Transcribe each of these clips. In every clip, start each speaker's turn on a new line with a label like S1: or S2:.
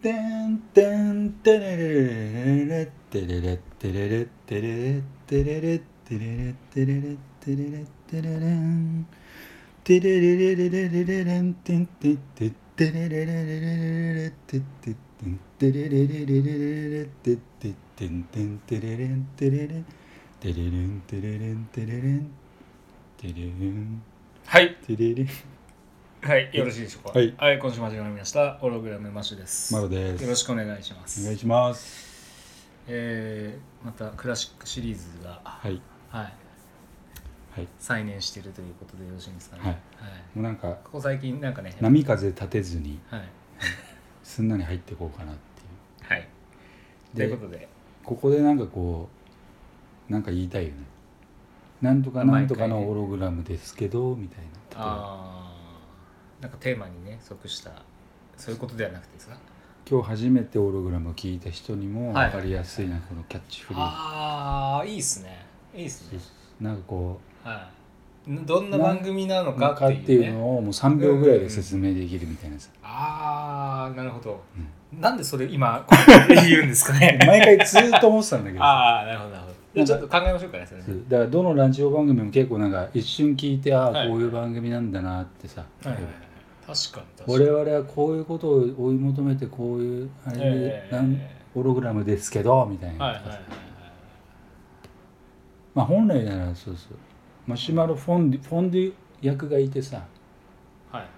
S1: てんてんてれれれれれってれれってれれってれれってれれってれれってれれってれれってれれんてれれれれれれれれんてんてんてってれれれれれれれれってってってんてれれれれれれれれってってってんてんてれれんてれれんてれれんてれれんてれれんてれれん
S2: はい
S1: てれれん
S2: はいよろしいでしょうか
S1: はい
S2: 今週も始まりましたホログラムマシュです
S1: マロです
S2: よろしくお願いします
S1: お願いします
S2: えーまたクラシックシリーズが
S1: はい
S2: はい
S1: はい
S2: 再燃しているということでよろしいんですかね
S1: はいもうなんか
S2: ここ最近なんかね
S1: 波風立てずに
S2: はい
S1: すんなり入っていこうかなってい
S2: はいと
S1: で
S2: いうことで
S1: うここでなんかこうなんか言いたいよねなんとかなんとかの
S2: 毎回ね
S1: ホログラムですけどみたいな
S2: ああなんかテーマにね即したそういうことではなくてですか
S1: 今日初めてホログラムを聞いた人にも
S2: はい
S1: 分かりやすいなこのキャッチフレー
S2: ああいいっすねいいっす
S1: ズ
S2: ね
S1: なんかこ
S2: はいどんな番組なの
S1: うな
S2: か
S1: んか
S2: っ
S1: ってて
S2: いう,、ね、
S1: いうのをもう3秒ぐらいで説明できるみたいなさ
S2: ああなるほど、なんでそれ今こうやって言うんですか ね
S1: 毎回ずっと思ってたん だけどさ
S2: ああなるほどなるほどじゃあちょっと考えましょうかねそれ
S1: そうだからどのラジオ番組も結構なんか一瞬聞いてあ
S2: は
S1: あ
S2: い
S1: こういう番組なんだなってさ、
S2: はいはいはい確かに確かに
S1: 我々はこういうことを追い求めてこういうあれで、
S2: ええ
S1: なんホログラムですけどみたいな、
S2: はいはいはいはい
S1: まあ本来ならそうそうマシュマロフォンデュフォンデュ役がいてさ
S2: はいは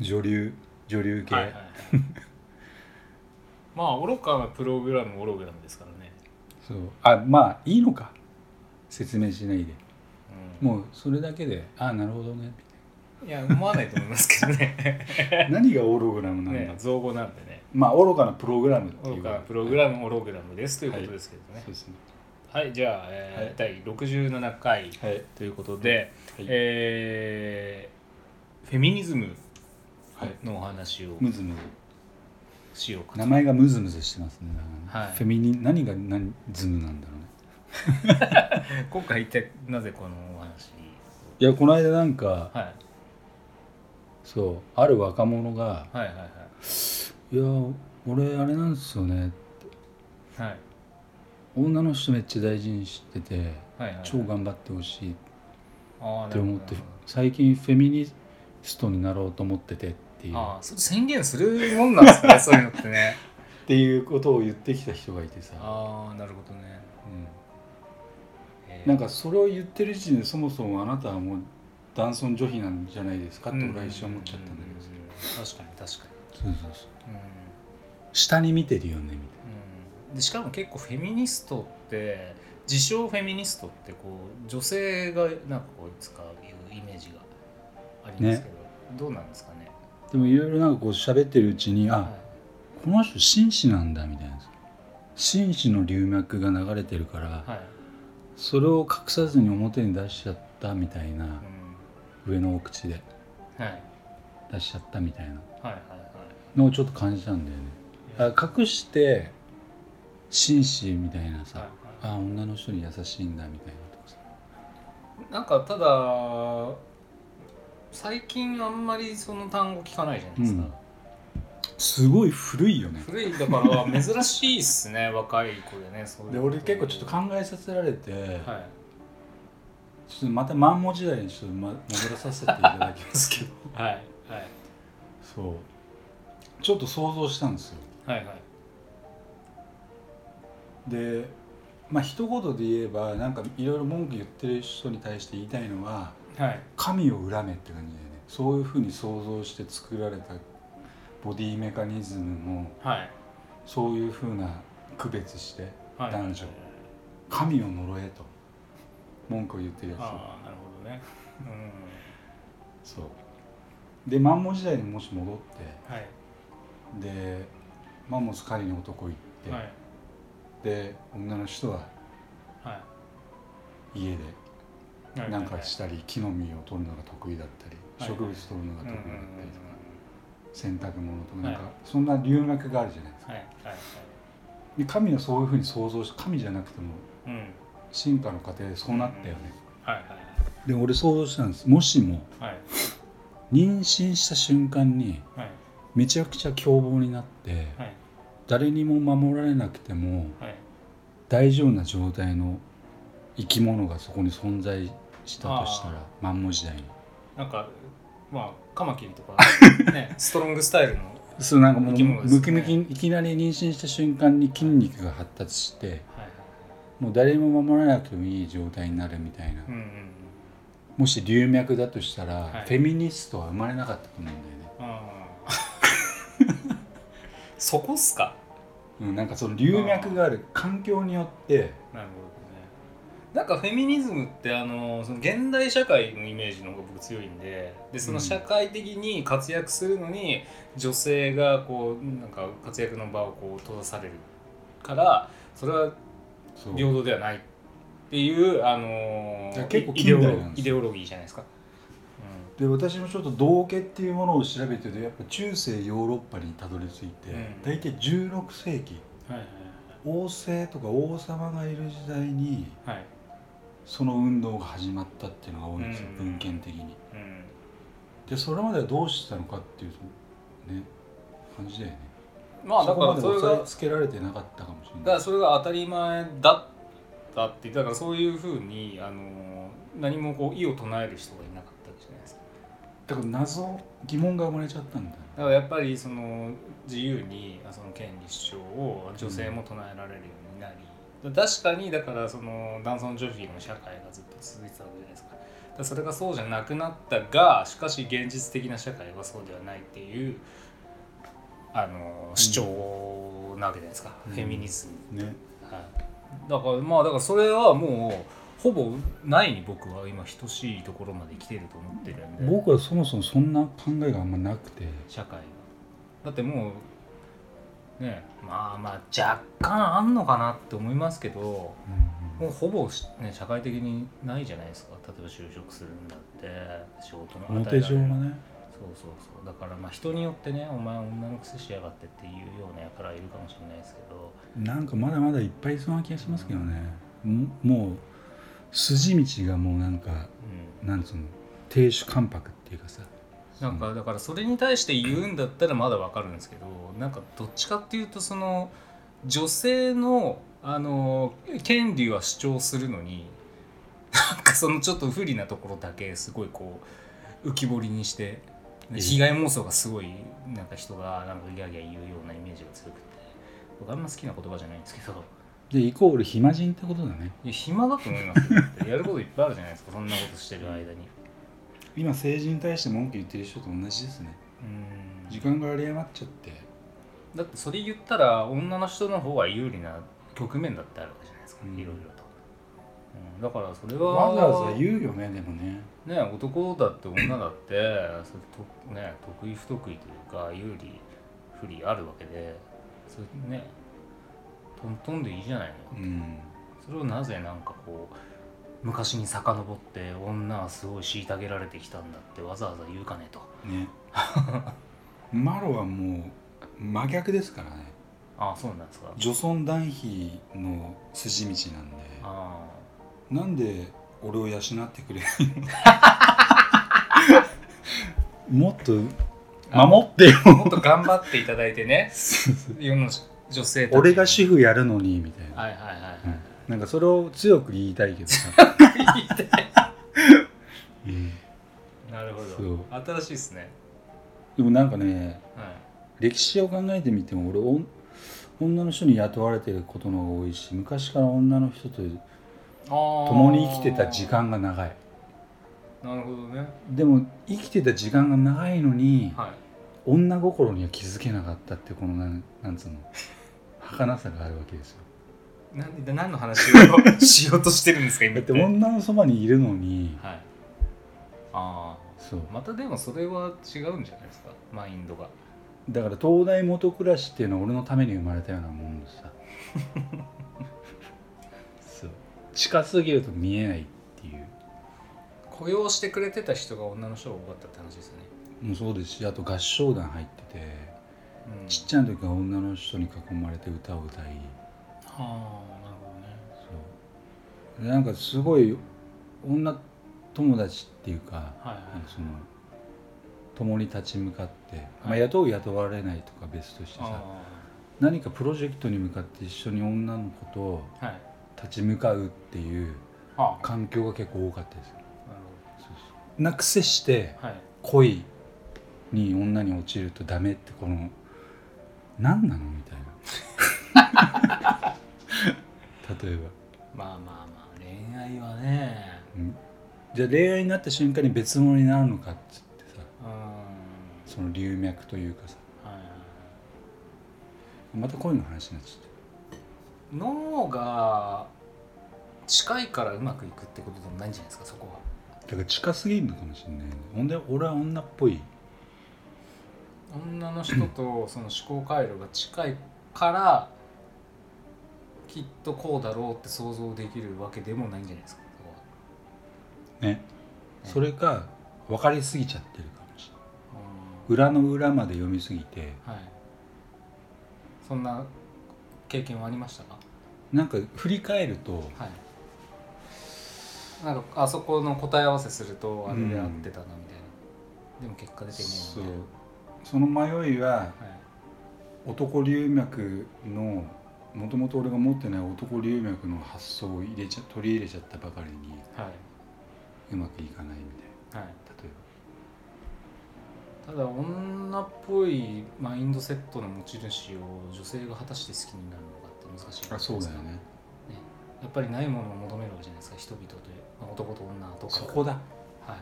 S2: い
S1: 女流女流系、
S2: はいはいはいまあ愚かなプログラム愚グラムですからね、
S1: そうあまあいいのか説明しないで
S2: うん
S1: もうそれだけでああなるほど ね
S2: いや思わないと思いますけど ね
S1: 何がホログラムなんだ、
S2: ね造語なんでね
S1: まあ愚かなプログラムってい
S2: 愚
S1: う
S2: か
S1: か
S2: なプログラム愚グラムですということですけどね
S1: そうですね
S2: はい、じゃあ、えー
S1: はい
S2: 第67回
S1: はい
S2: ということで、
S1: はい
S2: えーフェミニズム
S1: はい
S2: のお話を
S1: ムズムズ
S2: しようか
S1: 名
S2: と
S1: 前がムズムズしてますねだからね
S2: はい
S1: フェミニン何が何ズムなんだろうね
S2: 今回一体なぜこのお話
S1: いやこの間なんか
S2: はい
S1: そうある若者が
S2: はいはい
S1: 「いや俺あれなんですよね
S2: はいはい
S1: 女の人めっちゃ大事にしてて
S2: はいはい
S1: 超頑張ってほしいっ
S2: あーな
S1: て
S2: るほど
S1: 思って最近フェミニストになろうと思ってて」っていう
S2: ああそれ宣言するもんなんです かねそういうのってね
S1: っていうことを言ってきた人がいてさ、
S2: ああなるほどね、
S1: うん
S2: えー
S1: なんかそれを言ってる時点でそもそもあなたはもう男尊女卑なんじゃないですかって俺は一生思っちゃったんだけどさ
S2: う、ううん確かに確か
S1: そうそうそう
S2: に、うん
S1: 下に見てるよねみたいな。
S2: うんでしかも結構フェミニストって自称フェミニストってこう女性がなんかこう使うイメージがありますけど、どうなんですかね、
S1: でもいろいろなんかこう喋ってるうちにあ、
S2: は
S1: この人紳士なんだみたいな紳士の流脈が流れてるから、
S2: いはい
S1: それを隠さずに表に出しちゃったみたいな
S2: う、ん
S1: 上のお口で
S2: はいはい
S1: 出しちゃったみたいな
S2: はいはい
S1: のをちょっと感じたんだよね
S2: はい
S1: あ隠して紳士みたいなさ、
S2: は
S1: あ女の人に優しいんだみたいなとかさ
S2: いなんかただ最近あんまりその単語聞かないじゃないですか、
S1: うんすごい古いよね
S2: 古いだから珍しいっすね 若い子でねそういう
S1: で
S2: こと
S1: 俺結構ちょっと考えさせられて、
S2: はい
S1: ちょっとまたマンモ時代にちょっと、ま、戻らさせていただきますけど
S2: はいはい
S1: そうちょっと想像したんですよ
S2: はいはい
S1: でまあ一言で言えばなんかいろいろ文句言ってる人に対して言いたいのは
S2: はい
S1: 神を恨めって感じだよねそういうふうに想像して作られたボディメカニズムの
S2: はい
S1: そういうふうな区別して
S2: はい
S1: 男女神を呪えと文句を言ってるや
S2: ああなるほどねう
S1: つそうでマンモ時代にもし戻っ
S2: んはい
S1: てでマンモス狩りに男行って、
S2: はい
S1: で女の人は
S2: は
S1: 家で
S2: いはい
S1: なんかしたり木の実を取るのが得意だったり
S2: はい
S1: 植物取るのが
S2: うん
S1: 得
S2: う
S1: 意
S2: ん
S1: だっ
S2: うん
S1: たりとか洗濯物とか
S2: は
S1: ないんかそんな留学があるじゃないですか
S2: はいはいはい
S1: で神はそういうふうに想像して神じゃなくても
S2: うん
S1: 進化の過程でそうなったよね
S2: はい
S1: で俺想像したんですもしも
S2: はいはい
S1: 妊娠した瞬間に
S2: はい
S1: めちゃくちゃ凶暴になって
S2: はい
S1: 誰にも守られなくても
S2: はい、
S1: 大丈夫な状態の生き物がそこに存在したとしたらマンモ時代に
S2: なんかまあカマキリとか、ね、 ストロングスタイルの、はい
S1: そうなんかもう
S2: 生き物ですね
S1: ムキムキにいきなり妊娠した瞬間に筋肉が発達して
S2: はい、
S1: もう誰も守らなくてもいい状態になるみたいな
S2: うんうんうん
S1: もし流脈だとしたら、
S2: はい
S1: フェミニストは生まれなかったと思うんだよね
S2: あ ーそこっすか
S1: うん、なんかその流脈がある環境によって
S2: なるほどねなんかフェミニズムってあのその現代社会のイメージの方が僕強いんででその社会的に活躍するのに女性がこうなんか活躍の場をこう閉ざされるからそれは
S1: そう
S2: 平等ではないっていうあの
S1: いや結構
S2: イデオ
S1: 近
S2: ロ
S1: 代なんですよ
S2: イデオロギーじゃないですか。
S1: で私もちょっと道家っていうものを調べてるとやっぱ中世ヨーロッパにたどり着いて、
S2: うん
S1: 大体16世紀
S2: うん、はい
S1: 王政とか王様がいる時代に
S2: はいはい、
S1: その運動が始まったっていうのが多いんですよ、
S2: うん
S1: 文献的に
S2: うん、
S1: でそれまではどうしてたのかっていうとね感じだよね
S2: まあだから
S1: そ
S2: そ
S1: こまで
S2: れ
S1: 押
S2: が
S1: さえつけられてなかったかもしれ
S2: だか
S1: な
S2: ら
S1: い
S2: それが当たり前だったってだからそういうふうにあの何もこう意を唱える人がいなかったじゃないですか
S1: だから謎疑問が生まれちゃったんだよ
S2: だからやっぱりその自由にその権利主張を女性も唱えられるようになり、確かにだからその男尊女卑の社会がずっと続いてたわけじゃないですかだからそれがそうじゃなくなったがしかし現実的な社会はそうではないっていうあの主張なわけじゃないですか、
S1: うん
S2: フェミニズム
S1: ね
S2: はい、だからまあだからそれはもうほぼないに僕は今等しいところまで来てると思ってるんで
S1: 僕はそもそもそんな考えがあんまなくて
S2: 社会はだってもうねまあまあ若干あんのかなって思いますけどもうほぼし、ね、社会的にないじゃないですか例えば就職するんだって仕事の
S1: 表情が
S2: そう
S1: ね
S2: そうそうだからまあ人によってねお前女のくせしやがってっていうようなやからいるかもしれないですけど
S1: なんかまだまだいっぱいいそうな気がしますけどね、んもう筋道がもうなんか
S2: うん
S1: なんつうの亭主関白っていうかさ
S2: なんかだからそれに対して言うんだったらまだわかるんですけどなんかどっちかっていうとその女性のあの権利は主張するのになんかそのちょっと不利なところだけすごいこう浮き彫りにして
S1: いい
S2: 被害妄想がすごいなんか人がなんかギャーギャー言うようなイメージが強くて僕あんま好きな言葉じゃないんですけど。
S1: でイコール暇人ってことだね
S2: いや暇だと思いますよだってやることいっぱいあるじゃないですかそんなことしてる間に
S1: 今政治に対して文句言ってる人と同じですね
S2: うん
S1: 時間が有り余っちゃって
S2: だってそれ言ったら女の人の方が有利な局面だってあるわけじゃないですか、
S1: うん
S2: いろいろと、うん、だからそれは
S1: わざわざ言うよねでもね
S2: ね男だって女だってそれと、ね、得意不得意というか有利不利あるわけでそれねトントンでいいじゃないの
S1: うん
S2: それをなぜなんかこう昔に遡って女はすごい虐げられてきたんだってわざわざ言うかねと
S1: ね マロはもう真逆ですからね
S2: ああそうなんですか
S1: 女尊男卑の筋道なんで
S2: ああ
S1: なんで俺を養ってくれないの もっと守ってよ
S2: もっと頑張っていただいてね世の女性たちに
S1: 俺が主婦やるのにみたいな、
S2: はいはいはいはい、
S1: うんなんかそれを強く言いたいけどさ、 うん
S2: なるほ
S1: そ
S2: ど新しいですね、
S1: でもなんかね
S2: はい、
S1: 歴史を考えてみても俺おん女の人に雇われてることの方が多いし昔から女の人と共
S2: 共
S1: に生きてた時間が長い
S2: なるほどね
S1: でも生きてた時間が長いのに、
S2: はい
S1: 女心には気づけなかったってこのなんなんつうの儚さがあるわけですよ
S2: なんで何の話をしようとしてるんですか今
S1: だ
S2: っ
S1: ってて
S2: はい
S1: 女のそばにいるのに
S2: ああ
S1: そう
S2: ーまたでもそれは違うんじゃないですかマインドが
S1: だから東大元暮らしっていうのは俺のために生まれたようなもんでさそう近すぎると見えないっていう
S2: 雇用してくれてた人が女の人が多かったって話ですよね、
S1: もうそうですしあと合唱団入ってて
S2: うん、
S1: ちっちゃい時は女の人に囲まれて歌を歌い
S2: はあなるほどね
S1: そうでなんかすごい女友達っていうか
S2: はいはい
S1: なんかその共に立ち向かって、まあ、
S2: はい
S1: 雇う雇われないとか別としてさ
S2: あ
S1: 何かプロジェクトに向かって一緒に女の子と
S2: はい
S1: 立ち向かうっていう
S2: ああ
S1: 環境が結構多かったです
S2: なる
S1: そうそうなくせして
S2: ほどはい
S1: 恋に女に落ちるとダメってこの何なのみたいな例えば
S2: まあまあまあ恋愛はね
S1: うんじゃあ恋愛になった瞬間に別物になるのかっつってさ
S2: うんはい
S1: その流脈というかさ
S2: はいはい
S1: また恋の話になっちゃっ
S2: 脳が近いからうまくいくってことでもないんじゃないですかそこは
S1: ただから近すぎるのかもしれないねほんで俺は女っぽい
S2: 女の人とその思考回路が近いからきっとこうだろうって想像できるわけでもないんじゃないですかそこは
S1: ねそれか分かりすぎちゃってるかもしれない
S2: うん
S1: 裏の裏まで読みすぎて
S2: はいそんな経験はありましたか
S1: なんか振り返ると
S2: はいなんかあそこの答え合わせするとあれで合ってたなみたいな、でも結果出てね
S1: そ
S2: え
S1: う
S2: なみ
S1: その迷いは
S2: たいなはい
S1: 男流脈のもともと俺が持ってない男流脈の発想を入れちゃ取り入れちゃったばかりに
S2: は
S1: うまくいかないみたい
S2: い、はい、
S1: な例えば。
S2: ただ女っぽいマインドセットの持ち主を女性が果たして好きになるのかって難しい
S1: あそうだよね
S2: やっぱりないものを求めるわけじゃないですか人々という、まあ男と女とか
S1: そこだ
S2: は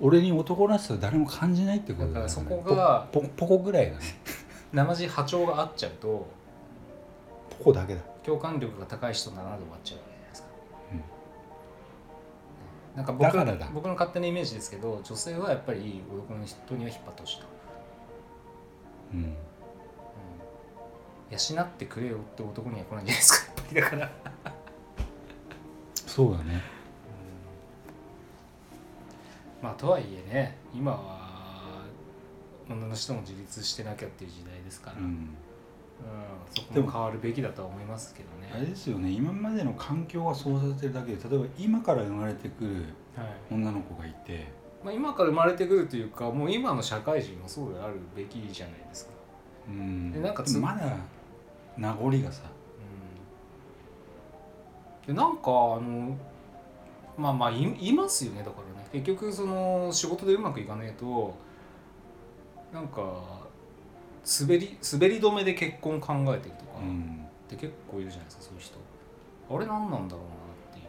S1: 俺に男らしさは誰も感じないってことだよね
S2: だからそこが
S1: ポポポコぐらいだね
S2: いなまじ波長が合っちゃうと
S1: ポコだけだ
S2: 共感力が高い人だなで終わっちゃうわけじゃないですか、
S1: うん
S2: ねなんか
S1: だから
S2: 僕
S1: だ
S2: 僕の勝手なイメージですけど女性はやっぱり男の人には引っ張ってほしいと、
S1: うん
S2: うん、養ってくれよって男には来ないじゃないですかやっ ぱりだから
S1: そうだね
S2: まあとはいえね今は女の人も自立してなきゃっていう時代ですから、
S1: う
S2: うん
S1: ん
S2: そこも変わるべきだとは思いますけど
S1: あれ
S2: ね
S1: ですよね今までの環境がそうさせてるだけで例えば今から生まれてくる
S2: はい
S1: 女の子がいて
S2: まあ、今から生まれてくるというかもう今の社会人もそうであるべきじゃないですか、
S1: うん
S2: えなんかつ
S1: でもまだ名残がさ
S2: うん、でなんかあのまあまあいいますよねだからね結局その仕事でうまくいかねえとなんか滑り滑り止めで結婚考えてるとか、
S1: うん
S2: って結構いるじゃないですかそういう人あれ何なんだろうなっていう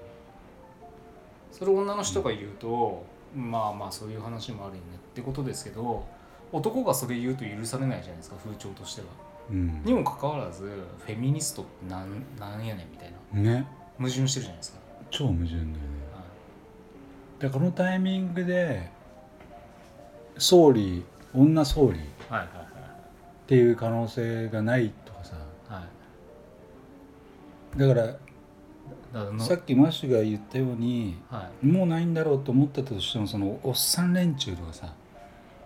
S2: それを女の人が言うと、まあまあそういう話もあるよねってことですけど男がそれ言うと許されないじゃないですか風潮としては
S1: うん
S2: にもかかわらずフェミニストってなんなんやねんみたいな
S1: ね
S2: 矛盾してるじゃないですか、
S1: 超矛盾だよね
S2: はい
S1: でこのタイミングで総理女総理っ
S2: はいはい
S1: ていう可能性がないとかさ
S2: はいはい
S1: だから
S2: だからの
S1: さっきマッシュが言ったように
S2: はい
S1: もうないんだろうと思ってたとしてもそのおっさん連中とかさ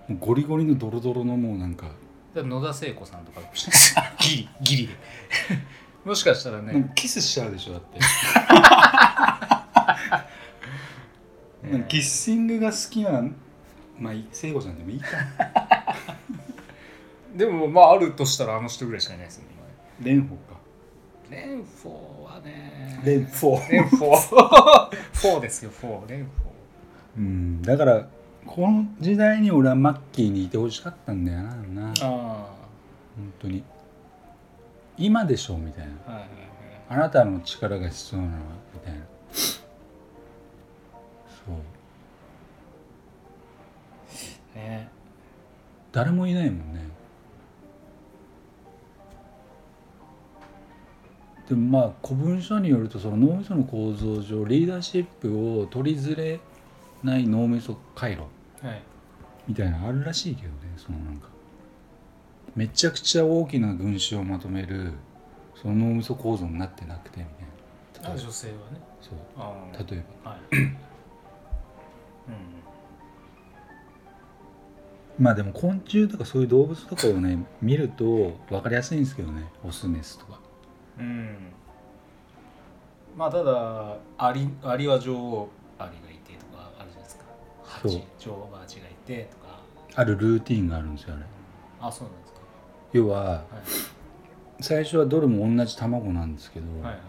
S1: もうゴリゴリのドロドロのもうなんか、
S2: だから野田聖子さんとか ギリギリでもしかしたらね、
S1: なんかキスしちゃうでしょだってなんかキッシングが好きなまあ聖子ちゃんでもいいか
S2: でもまああるとしたらあの人ぐらいしかいないですよね今ね
S1: 蓮舫か
S2: レンフォーはね
S1: 蓮舫
S2: レンフォー フォーですよフォーレンフ
S1: うんだからこの時代に俺はマッキーにいてほしかったんだよなな
S2: ォーあ
S1: 本当に今でしょみたいな
S2: あはいはい
S1: あなたの力が必要なのはみたいなそう
S2: はいね
S1: 誰もいないもんねでもまあ古文書によるとその脳みその構造上リーダーシップを取りずれない脳みそ回路
S2: はい
S1: みたいなのあるらしいけどねそのなんかめちゃくちゃ大きな群衆をまとめるその脳みそ構造になってなくてみたいな
S2: あ
S1: 例えば
S2: 女性はね
S1: そう
S2: ああ
S1: 例えば
S2: はいうん
S1: まあでも昆虫とかそういう動物とかをね 見ると分かりやすいんですけどねオスメスとか
S2: うんまあただアリアリは女王アリがいてとかあるじゃないですかハ
S1: そう
S2: チ女王バチがいてとか
S1: あるルーティンがあるんですよあれ
S2: あそうなんですか
S1: 要は
S2: はい
S1: 最初はどれも同じ卵なんですけど、
S2: はいはいはい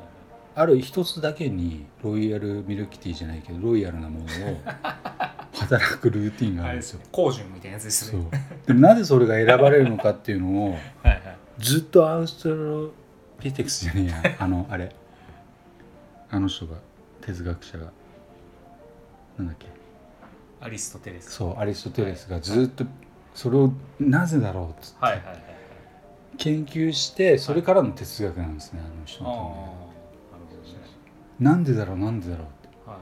S1: ある一つだけにロイヤルミルクティーじゃないけどロイヤルなもの を働くルーティンがあ
S2: あ
S1: る
S2: れ
S1: んで
S2: で
S1: す
S2: す
S1: よ
S2: よ。工順みたいなやつです
S1: そう
S2: よね
S1: でもなぜそれが選ばれるのかっていうのを
S2: はいはい
S1: ずっとアウストロピテクスじゃねえ やあのあれあの人が哲学者がなんだっけ
S2: アリストテレス
S1: そうアリストテレスがずっとそれをなぜだろうっつって
S2: はいはいはいはい
S1: 研究してそれからの哲学なんですねあの
S2: あ
S1: 人
S2: あ
S1: の
S2: なる
S1: 考えは
S2: ほどね
S1: なんでだろうなんでだろうって
S2: は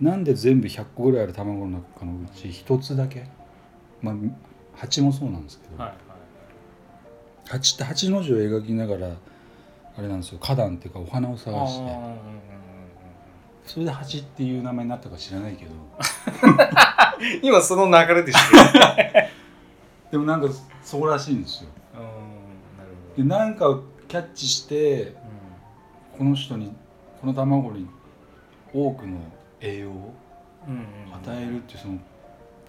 S1: なんで全部100個ぐらいある卵の中のうち1つだけまあ蜂もそうなんですけ
S2: い
S1: ど、
S2: はいはい
S1: 蜂って蜂の字を描きながらあれなんですよ花壇っていうかお花を
S2: あ
S1: 探
S2: ー
S1: し
S2: うんうんうん
S1: て
S2: うん
S1: それで蜂っていう名前になったか知らないけど
S2: うん今その流れでしてる
S1: でもなんかそうらしいんですよ
S2: うんなるほ
S1: で
S2: ど
S1: なんかをキャッチしてこの人にこの卵に多くの栄養を
S2: うんうんうん
S1: 与えるっていうその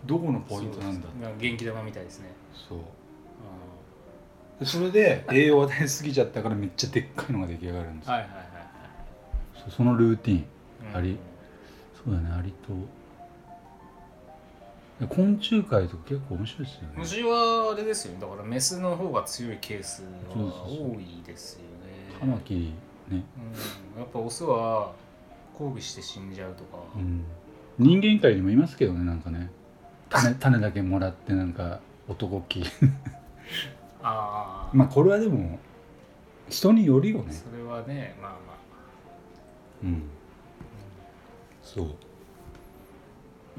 S1: どこのポイントなんだ
S2: そうですね元気玉みたいですね
S1: そうでそれで栄養を与えすぎちゃったからめっちゃでっかいのが出来上がるんですよ
S2: はいはいは
S1: そうそのルーティン
S2: いはい
S1: ありそうだねアリとで昆虫界とか結構面白いですよね
S2: 虫はあれですよねだからメスの方が強いケース
S1: そう
S2: は
S1: そうそう
S2: 多いですよね
S1: カマキリね、
S2: うん、やっぱオスは交尾して死んじゃうとか、
S1: うん、人間界にもいますけどねなんかね種種だけもらってなんか男気
S2: ああ、
S1: まあこれはでも人によるよね
S2: それはねまあま
S1: うんそう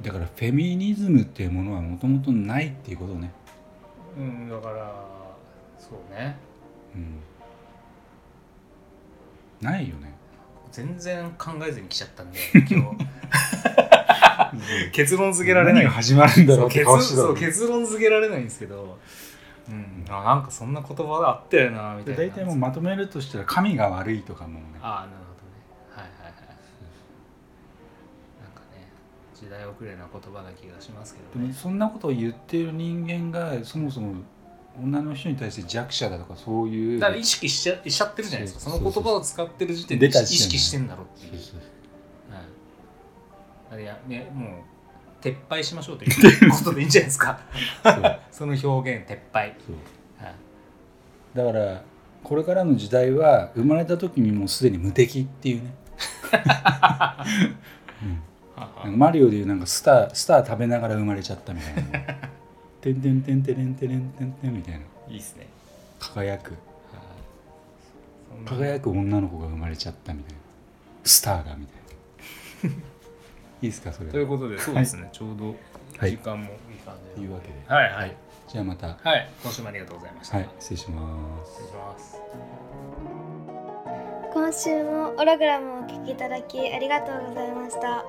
S1: だからフェミニズムっていうものはもともとないっていうことね、
S2: あうんだからそうね
S1: うん、ないよね
S2: 全然考えずに来ちゃったんで 今日結論付けられない
S1: 何が始まるんだろ
S2: そうう
S1: って
S2: 結
S1: 顔してた
S2: そ
S1: の
S2: う結論付けられないんですけど、うん、あなんかそんな言葉があったよなみたい
S1: で大
S2: な
S1: 体もうまとめるとしたら神が悪いとかもね
S2: ああなるほどねはいはいはいなんかね時代遅れな言葉な気がしますけ
S1: で
S2: ど
S1: も
S2: ね
S1: そんなことを言っている人間がそもそも女の人に対して弱者だとかそういう
S2: だから意識しちゃしちゃってるじゃないですかそ
S1: そう
S2: の
S1: そうそ
S2: 言
S1: う
S2: 葉を使ってる時点で意
S1: 出た時点で
S2: 識してんだろうっていう
S1: そうそう
S2: はい、あれやねもう撤廃しましょうということでいいんじゃないですか
S1: そう
S2: その表現撤廃、
S1: そう
S2: はい、
S1: だからこれからの時代は生まれた時にもうすでに無敵っていうね、うんなんかマリオでいうなんかスタースター食べながら生まれちゃったみたい な「てんてんてんてれんてれんてんてん」みたいない
S2: いですね、
S1: 輝く
S2: はいそんな
S1: 輝く女の子が生まれちゃったみたいなスターがみたいな いいですかそれ
S2: ということでそうですね、ちょうど
S1: はい
S2: 時間もいい感
S1: と
S2: じ
S1: い
S2: で
S1: うわけで
S2: はいはい
S1: じゃあまた
S2: はい今週もありがとうございました、
S1: はい失礼します
S2: 失礼します
S3: 今週もオログラムをお聞きいただきありがとうございました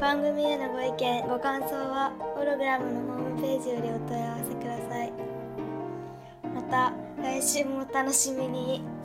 S3: 番組へのご意見ご感想はオログラムのホームページよりお問い合わせくださいまた来週もお楽しみに